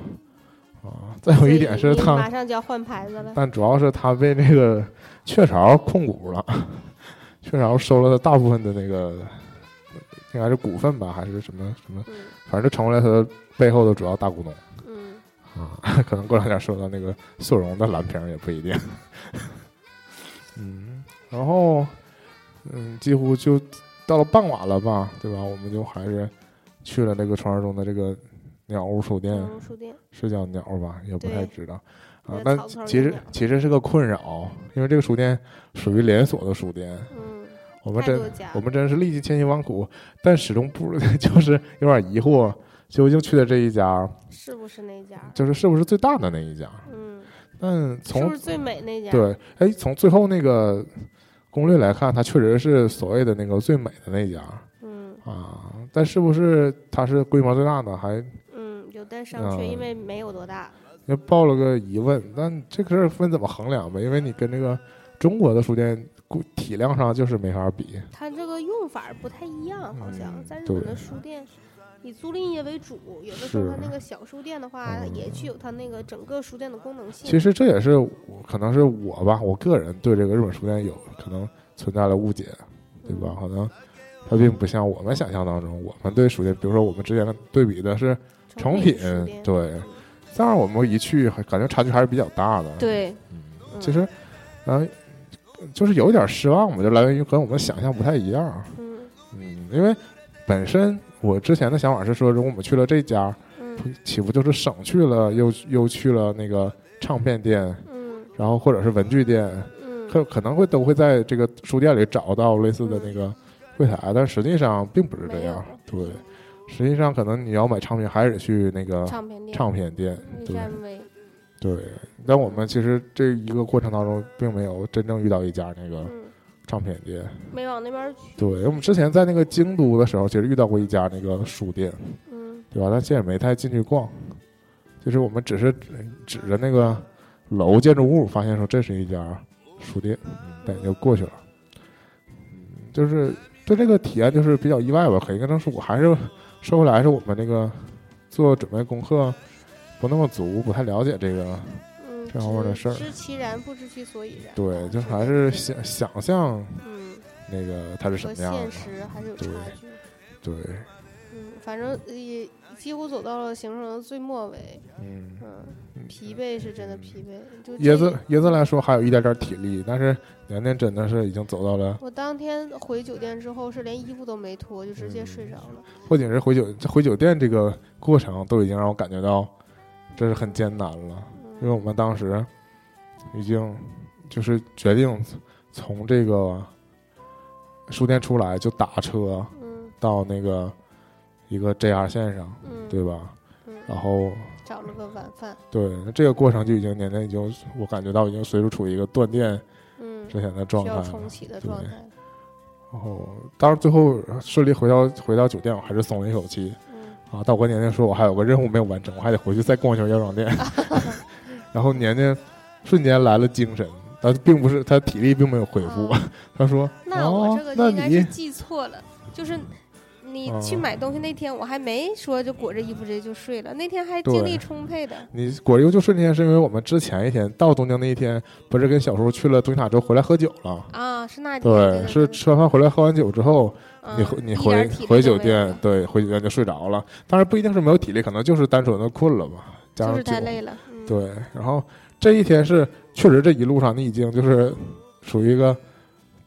啊。再有一点所以是你他马，上就要换牌子了，但主要是他被那个雀巢控股了， 雀巢收了他大部分的那个，应该是股份吧，还是什么什么，嗯反正就成为了他背后的主要大股东。 嗯，啊，可能过两天说到那个速溶的蓝瓶儿也不一定。 嗯，然后嗯，几乎就到了傍晚了吧，对吧？我们就还是去了那个传说中的这个鸟屋书店，宠物嗯书店，是叫鸟儿吧？也不对太知道啊那。但草头儿其有实鸟儿其实是个困扰，因为这个书店属于连锁的书店，嗯，我们太真多家，我们真是历尽千辛万苦，但始终不 就是有点疑惑，究竟去的这一家是不是那家？就是是不是最大的那一家？嗯，但是从不是最美那家？，对，哎，从最后那个攻略来看，它确实是所谓的那个最美的那家嗯啊，但是不是它是规模最大的，还嗯，有待商榷，嗯因为没有多大，也抱了个疑问。但这个事儿分怎么衡量吧，因为你跟这个中国的书店估体量上就是没法比。它这个用法儿不太一样，好像嗯在日对本的书店。以租赁业为主，有的时候是它那个小书店的话，嗯也具有它那个整个书店的功能性。其实这也是我可能是我吧，我个人对这个日本书店有可能存在了误解，嗯对吧？可能它并不像我们想象当中，我们对书店，比如说我们之前的对比的是成成品品书店，对，但是我们一去，还感觉差距还是比较大的。，对，嗯嗯其实，嗯、就是有一点失望吧，就来源于和我们想象不太一样。啊嗯嗯，因为本身我之前的想法是说，如果我们去了这家，嗯岂不就是省去了又又去了那个唱片店，嗯然后或者是文具店，嗯，可可能会都会在这个书店里找到类似的那个柜台，但实际上并不是这没有样。对，实际上可能你要买唱片还得去那个唱片店、唱片店。对。 HMV，对，但我们其实这一个过程当中，并没有真正遇到一家那个嗯，唱片店。没往那边儿去，对，我们之前在那个京都的时候，其实遇到过一家那个书店，嗯对吧？但其实也没太进去逛，就是我们只是指着那个楼建筑物，发现说这是一家书店，但也就过去了。嗯，就是对这个体验就是比较意外吧，可以跟他说，我还是说回来是我们那个做准备功课不那么足，不太了解这个嗯，这方面的知事儿知其然不知其所以然，对，就还是想想象嗯，那个它是什和么样的现，实还是有差对距，对，嗯，反正也几乎走到了行程的最末尾，嗯，嗯，疲惫是真的疲惫，就椰这子椰子来说还有一点点体力，但是年年真的是已经走到了，我当天回酒店之后是连衣服都没脱，就直接睡着了。不仅是回酒回酒店这个过程都已经让我感觉到这是很艰难了，嗯因为我们当时已经就是决定从这个书店出来就打车嗯到那个一个 JR 线上，嗯，对啊吧？嗯，然后找了个晚饭，对，那这个过程就已经年年已经，我感觉到已经随时处于一个断电嗯，之前的状需态要了重。启的对状态，然后，当然最后顺利回到回到酒店，我还是松了一口气嗯啊。但我跟年年说，我还有个任务没有完成，我还得回去再逛一圈 药妆店。然后年年瞬间来了精神，他并不是他体力并没有恢复， 啊他说：“那我这个哦那应该是你记错了，就是你哦去买东西那天，我还没说就裹着衣服直接就睡了，那天还对精力充沛的。你果然就瞬间是因为我们之前一天到东京那一天，不是跟小叔去了东京塔之后回来喝酒了。”啊，是那天对，是吃完饭回来喝完酒之后，嗯你回你回回酒，真的店，对，回酒店就睡着了。当然不一定是没有体力，可能就是单纯的困了吧，是加嗯一点体力都没有就是上酒太。累了。嗯，对，然后这一天是确实这一路上你已经就是属于一个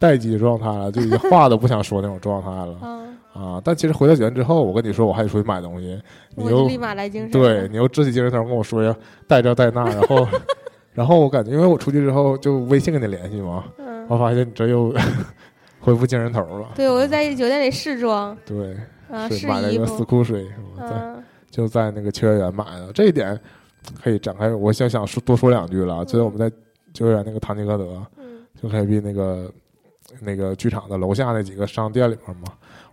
待机状态了，就已经话都不想说那种状 态了啊，啊。但其实回到酒店之后，我跟你说，我还得出去买东西，你我就又立马来精神。对，，你又支起精神头跟我说要带这带那，然 后然后我感觉，因为我出去之后就微信跟你联系嘛，嗯，我发现你这又 恢复精神头了。对我就在酒店里试妆，对。啊，是试买了一衣个死服，库水，我在嗯就在那个秋叶原买的。这一点可以展开，我想想说多说两句了。啊所以我们在秋叶原那个唐吉诃德，嗯，就可以比那个那个剧场的楼下那几个商店里面嘛，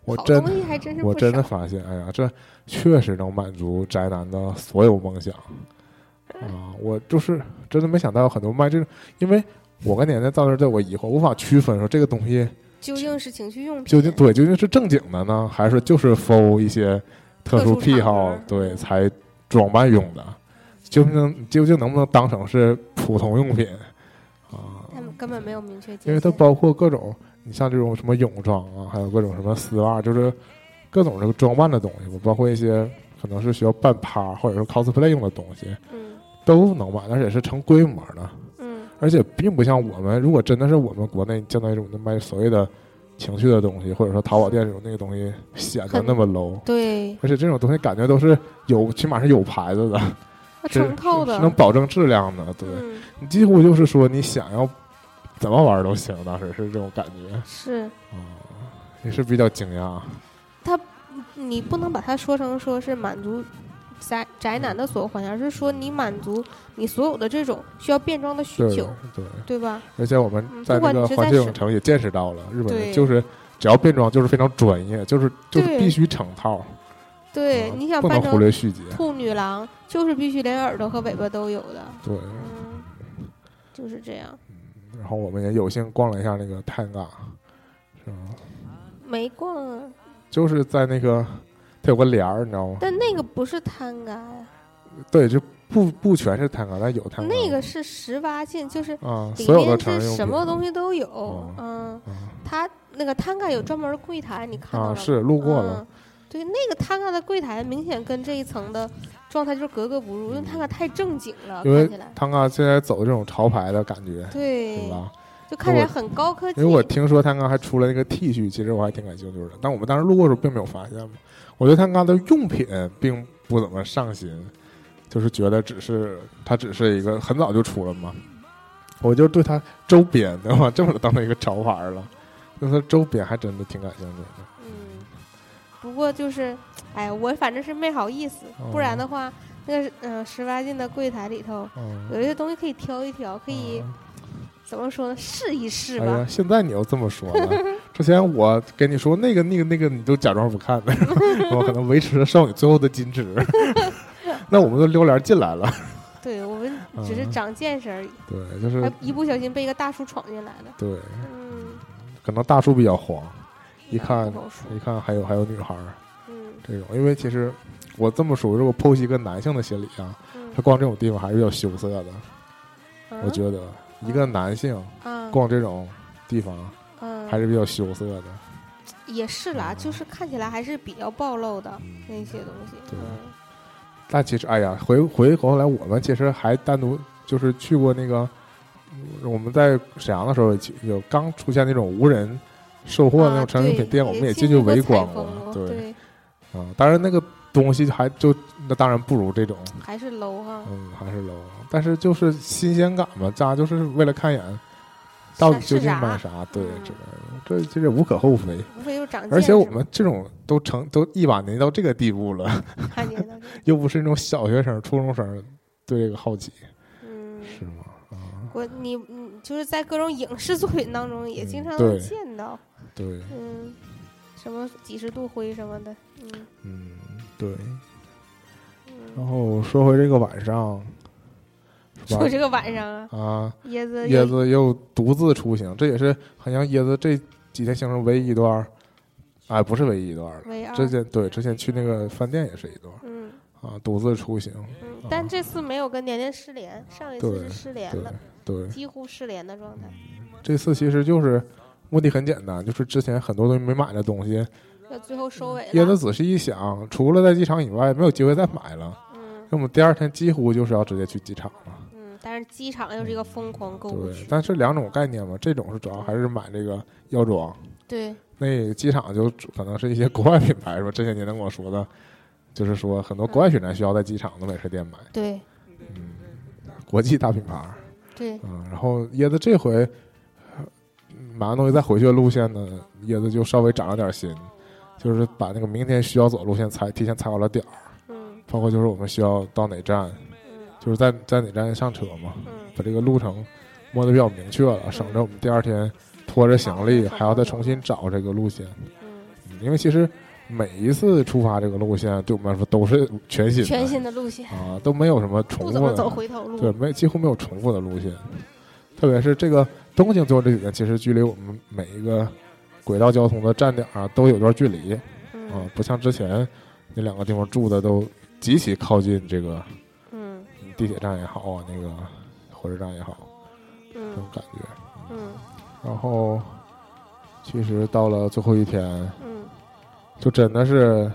我好真东西还真是我不真的少发现，哎呀，这确实能满足宅男的所有梦想嗯啊！我就是真的没想到有很多卖这种，因为我跟年年到那儿对我疑惑，无法区分说这个东西。究竟是情趣用品，究竟对究竟是正经的呢，还是就是 f 一些特特殊殊癖场好合对才装扮用的？究竟能究竟能不能当成是普通用品啊？他们根本没有明确界限。因为它包括各种，你像这种什么泳装啊，还有各种什么丝袜，就是各种这个装扮的东西，包括一些可能是需要办趴或者是 cosplay 用的东西，嗯都能买，而且是成规模的，嗯而且并不像我们，如果真的是我们国内见到一种那卖所谓的情趣的东西，或者说淘宝店这种那个东西显得很那么 low。对，而且这种东西感觉都是有，起码是有牌子的，它是成套的是，能保证质量的。对，嗯你几乎就是说你想要怎么玩都行，当时是这种感觉是。啊、也是比较惊讶。啊你不能把它说成说是满足宅宅男的所有幻想，而是说你满足你所有的这种需要变装的需对求，对，对吧？而且我们嗯在不管这个你是环在球什影城也见识到了，日本人对就是只要变装就是非常专业，就是就是对必须成套，对，啊你想不扮能忽成略细节。兔女郎，就是必须连耳朵和尾巴都有的，对，嗯，就是这样。然后我们也有幸逛了一下那个探嘎，是吧？没逛啊，就是在那个它有个帘儿，你知道吗？但那个不是探嘎呀，对，就不不全是探嘎，但有探嘎。那个是十八禁，就是啊，里所有的面成人用是品什么东西都有。哦嗯，啊它那个探嘎有专门的柜台，你看到啊了吗？是路过了嗯。对，那个探嘎的柜台明显跟这一层的状态就是格格不入，因为探嘎太正经了，嗯因为看起来。汤嘎现在走这种潮牌的感觉，对对，吧？就看起来很高科技。 因为我听说汤嘎还出了那个 T 恤，其实我还挺感兴趣的，但我们当时路过的时候并没有发现嘛。我对汤嘎的用品并不怎么上心，就是觉得只是它只是一个很早就出了嘛，我就对它周边对吧，这么当成一个潮牌了。那它周边还真的挺感兴趣的，嗯，不过就是，哎，我反正是没好意思，哦不然的话，那个嗯十八禁的柜台里头嗯，哦有一些东西可以挑一挑，可以怎么说呢？试一试哎呀吧。，现在你又这么说 了，之前我跟你说那个、那个、那个，你都假装不看 的，我可能维持了少女最后的矜持。那我们都溜帘进来了，对我们只是嗯长见识而已，对，就是还一不小心被一个大叔闯进来了。对，嗯，可能大叔比较黄，一看哎不好说一看还有还有女孩儿嗯这种，因为其实我这么说，如果剖析一个男性的心理啊，嗯他逛这种地方还是比较羞涩的。啊我觉得一个男性啊，逛这种地方嗯，还是比较羞涩的，也是啦，就是看起来还是比较暴露的那些东西。对嗯嗯但其实，哎呀，回回过头来，我们其实还单独就是去过那个，嗯我们在沈阳的时候，有刚出现那种无人售货的那啊种成人用品对店，我也们也进进去过围采观风过。对对，啊，当然那个东西还就那当然不如这种，还是 low 哈。嗯，还是 low。但是就是新鲜感嘛，大家就是为了看一眼到底是究竟啥卖啥，对嗯之类的，这其实无可厚非。无非就是长见识嘛。而且我们这种都成都一把年纪到这个地步了， 看见的，又不是那种小学生、初中生对这个好奇。嗯，是吗？啊，我你你就是在各种影视作品当中也经嗯常对能见到，对，嗯，什么几十度灰什么的，嗯嗯，对。然嗯。后说回这个晚上， 是吧说？这个晚上啊，啊，椰子椰又子又独自出行，这也是好像椰子这几天行程唯一一段儿，哎，不是唯一一段儿了。为二，之前对之前去那个饭店也是一段儿啊嗯啊，独自出行，嗯，但这次没有跟年年失联，上一次对是失联对了，对。几乎失联的状态，这次其实就是目的很简单，就是之前很多东西没买的东西，要最后收尾椰子了，仔细一想，除了在机场以外，没有机会再买了。嗯那我们第二天几乎就是要直接去机场了。嗯，但是机场又是一个疯狂购物对区，，但是两种概念嘛，这种是主要还是买这个药妆，对，那个机场就主可能是一些国外品牌是吧？这些年跟我说的，就是说很多国外品牌需要在机场的美食店买，对嗯，国际大品牌，对，嗯，然后椰子这回呃买完东西再回去的路线呢，椰子就稍微长了点心，就是把那个明天需要走的路线踩提前踩好了点儿，嗯包括就是我们需要到哪站，嗯就是在在哪站上车嘛，嗯，把这个路程摸得比较明确了，省得我们第二天拖着行李还要再重新找这个路线。嗯，嗯因为其实每一次出发这个路线对我们来说都是全新的，全新的路线，啊，都没有什么重不复怎么走的，回头对，路，没几乎没有重复的路线。特别是这个东京最后这几天，其实距离我们每一个轨道交通的站点啊都有段距离啊嗯，不像之前那两个地方住的都极其靠近这个嗯。嗯地铁站也好啊，那个火车站也好，这种嗯感觉。嗯然后，其实到了最后一天，嗯就真的是，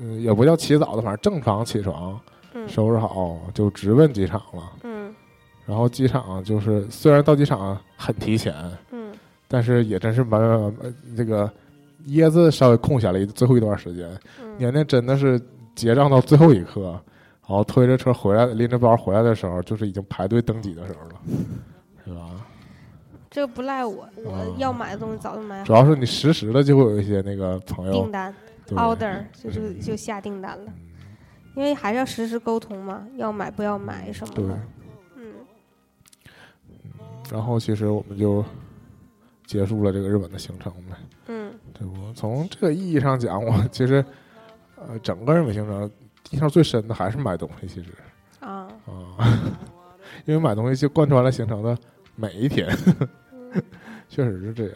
嗯，也不叫起早的，反正正常起床，嗯收拾好就直奔机场了。嗯然后机场就是，虽然到机场很提前，嗯但是也真是蛮蛮蛮呃这个椰子稍微空闲了一最后一段时间。嗯年年真的是结账到最后一刻，然后推着车回来，拎着包回来的时候，就是已经排队登机的时候了，是吧？这不赖我，啊我要买的东西早就买好主要是你实时的就会有一些那个朋友订单对嗯 order 就就就下订单了，因为还是要实时沟通嘛，要买不要买什么对，的，嗯然后其实我们就结束了这个日本的行程呗。嗯对我从这个意义上讲，我其实呃整个日本行程印象最深的还是买东西，其实啊啊， 因为买东西就贯穿了行程的每一天， 确实是这样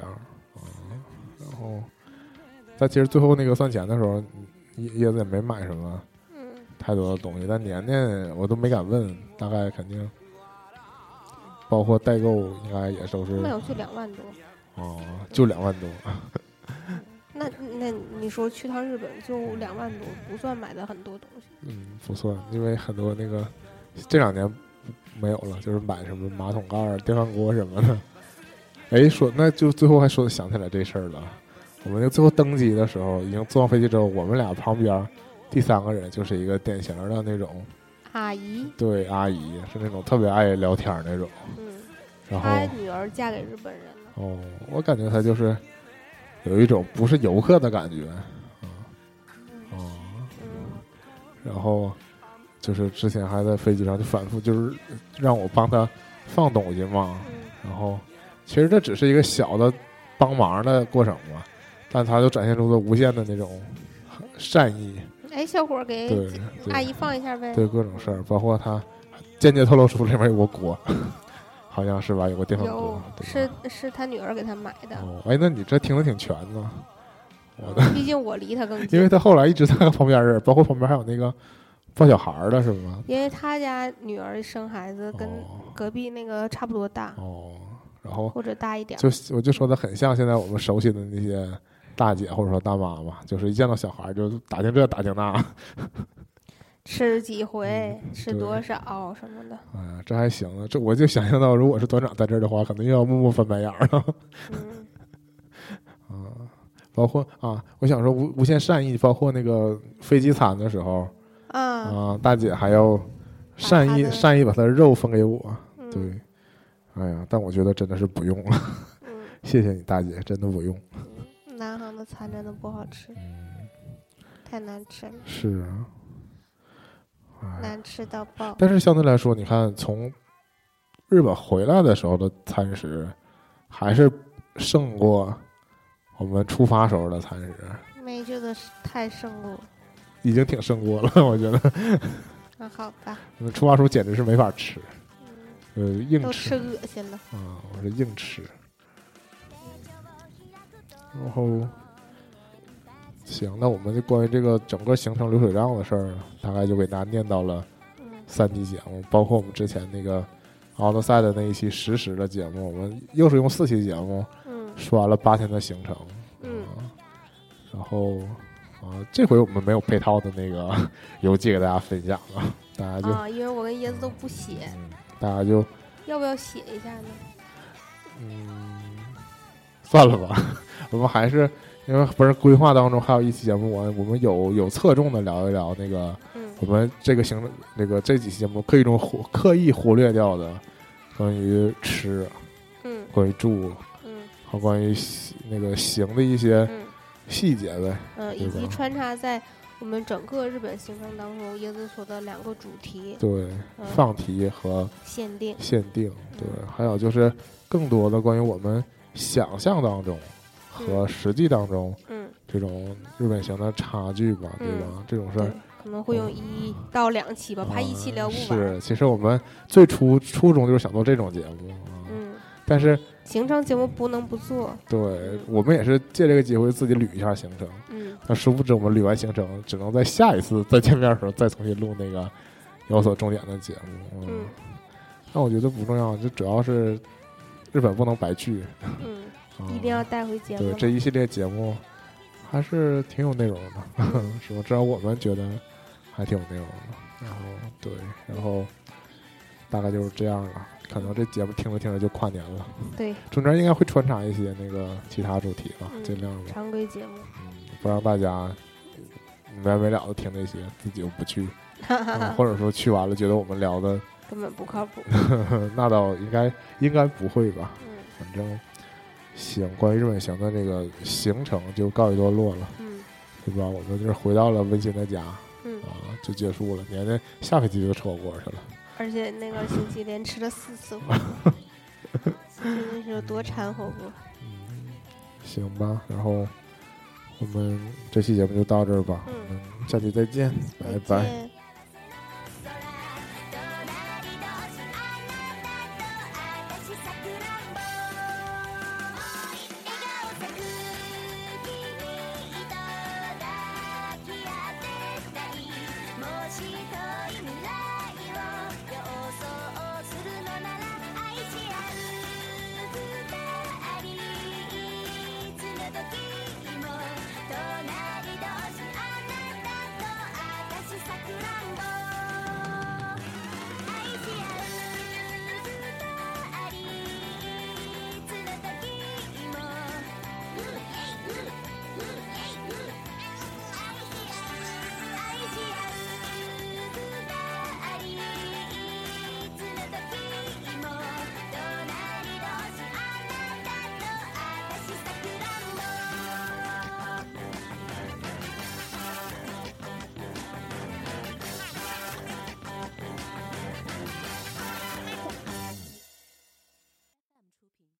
啊。然后，但其实最后那个算钱的时候，椰椰子也没买什么嗯，太多的东西，但年年我都没敢问，大概肯定包括代购，应该也都是卖我去两万多。哦，就两万多。那那你说去趟日本就两万多，不算买的很多东西。嗯，不算，因为很多那个这两年没有了，就是买什么马桶盖儿、电饭锅什么的。哎，说那就最后还说想起来这事儿了。我们就最后登机的时候，已经坐上飞机之后，我们俩旁边儿第三个人就是一个典型的那种阿姨，对阿姨，是那种特别爱聊天儿那种。嗯，然后她女儿嫁给日本人了，哦，我感觉她就是有一种不是游客的感觉啊哦，嗯然后就是之前还在飞机上就反复就是让我帮他放东西嘛，嗯然后其实这只是一个小的帮忙的过程嘛，但他就展现出了无限的那种善意，哎，小伙儿给对阿对姨放一下呗。对各种事儿，包括他间接透露出里面有个锅， 好像是吧，有个电饭锅有，对吧是是他女儿给他买的，哦，哎，那你这听的挺全呢，我的，毕竟我离他更近，因为他后来一直在旁边儿，包括旁边还有那个抱小孩儿的是吗？因为他家女儿生孩子跟哦隔壁那个差不多大，哦，然后或者大一点儿。就我就说的很像现在我们熟悉的那些大姐或者说大妈嘛，就是一见到小孩儿就打听这打听那，吃几回，吃嗯对多少什么的。哎呀，这还行啊，这我就想象到如果是团长在这儿的话，可能又要默默翻白眼儿了 嗯啊。包括啊，我想说无无限善意，包括那个飞机餐的时候啊，啊，大姐还要善把她意的善意把她的肉分给我，嗯对，哎呀，但我觉得真的是不用了，嗯，谢谢你大姐，真的不用。南航的餐真的不好吃，嗯，太难吃了，是啊，哎。难吃到爆。但是相对来说，你看从日本回来的时候的餐食，还是胜过我们出发时候的餐食，没觉得是太胜过，已经挺胜过了。 我觉得那好吧，我们出发时候简直是没法吃，嗯呃，硬都吃吃恶心了。啊，我是硬吃。然后，行，那我们就关于这个整个行程流水账的事儿，大概就给大家念到了。嗯三期节目，包括我们之前那个《奥德赛》的那一期实时的节目，我们又是用四期节目嗯说完了八天的行程。嗯啊然后啊，这回我们没有配套的那个游记给大家分享了，大家就、啊，因为我跟椰子都不写，嗯大家就要不要写一下呢？嗯，算了吧， 我们还是。因为不是规划当中还有一期节目，我我们有有侧重的聊一聊那个嗯我们这个行程那个这几期节目刻意中忽刻意忽略掉的关于吃、嗯关于住嗯和关于行那个行的一些嗯细节呗。嗯，对以及吧穿插在我们整个日本行程当中，椰子说的两个主题对，嗯放题和限定。限定，对，还有就是更多的关于我们想象当中和实际当中嗯，这种日本行的差距吧，对吧？这种事对儿。，可能会用一到两期吧，怕一期聊啊不完。哦是，其实我们最初初衷就是想做这种节目啊，嗯，但是行程节目不能不做。对我们也是借这个机会自己捋一下行程。嗯那殊不知我们捋完行程，只能在下一次再见面的时候再重新录那个有所重点的节目。嗯，但我觉得不重要，就主要是日本不能白去，嗯，啊一定要带回节对目。这一系列节目还是挺有内容的，嗯 是吧？至少我们觉得还挺有内容的。然后对，然后大概就是这样了。可能这节目听着听着就跨年了，对中间应该会穿插一些那个其他主题吧，嗯尽量吧，常规节目，嗯不让大家没完没了的听那些，自己又不去，哈哈嗯哈，或者说去完了觉得我 们聊的，根本不 靠谱。那倒应该应该不会吧？嗯反正行，关于日本行的这个行程就告一段落了。嗯对吧？我们就是回到了温馨的家啊，嗯，就结束了。年年下飞机就吃火锅去了，而且那个星期连吃了四次火锅， 真的是有多馋火锅。行吧？然后我们这期节目就到这儿吧，嗯我们下期再见，拜再拜。见。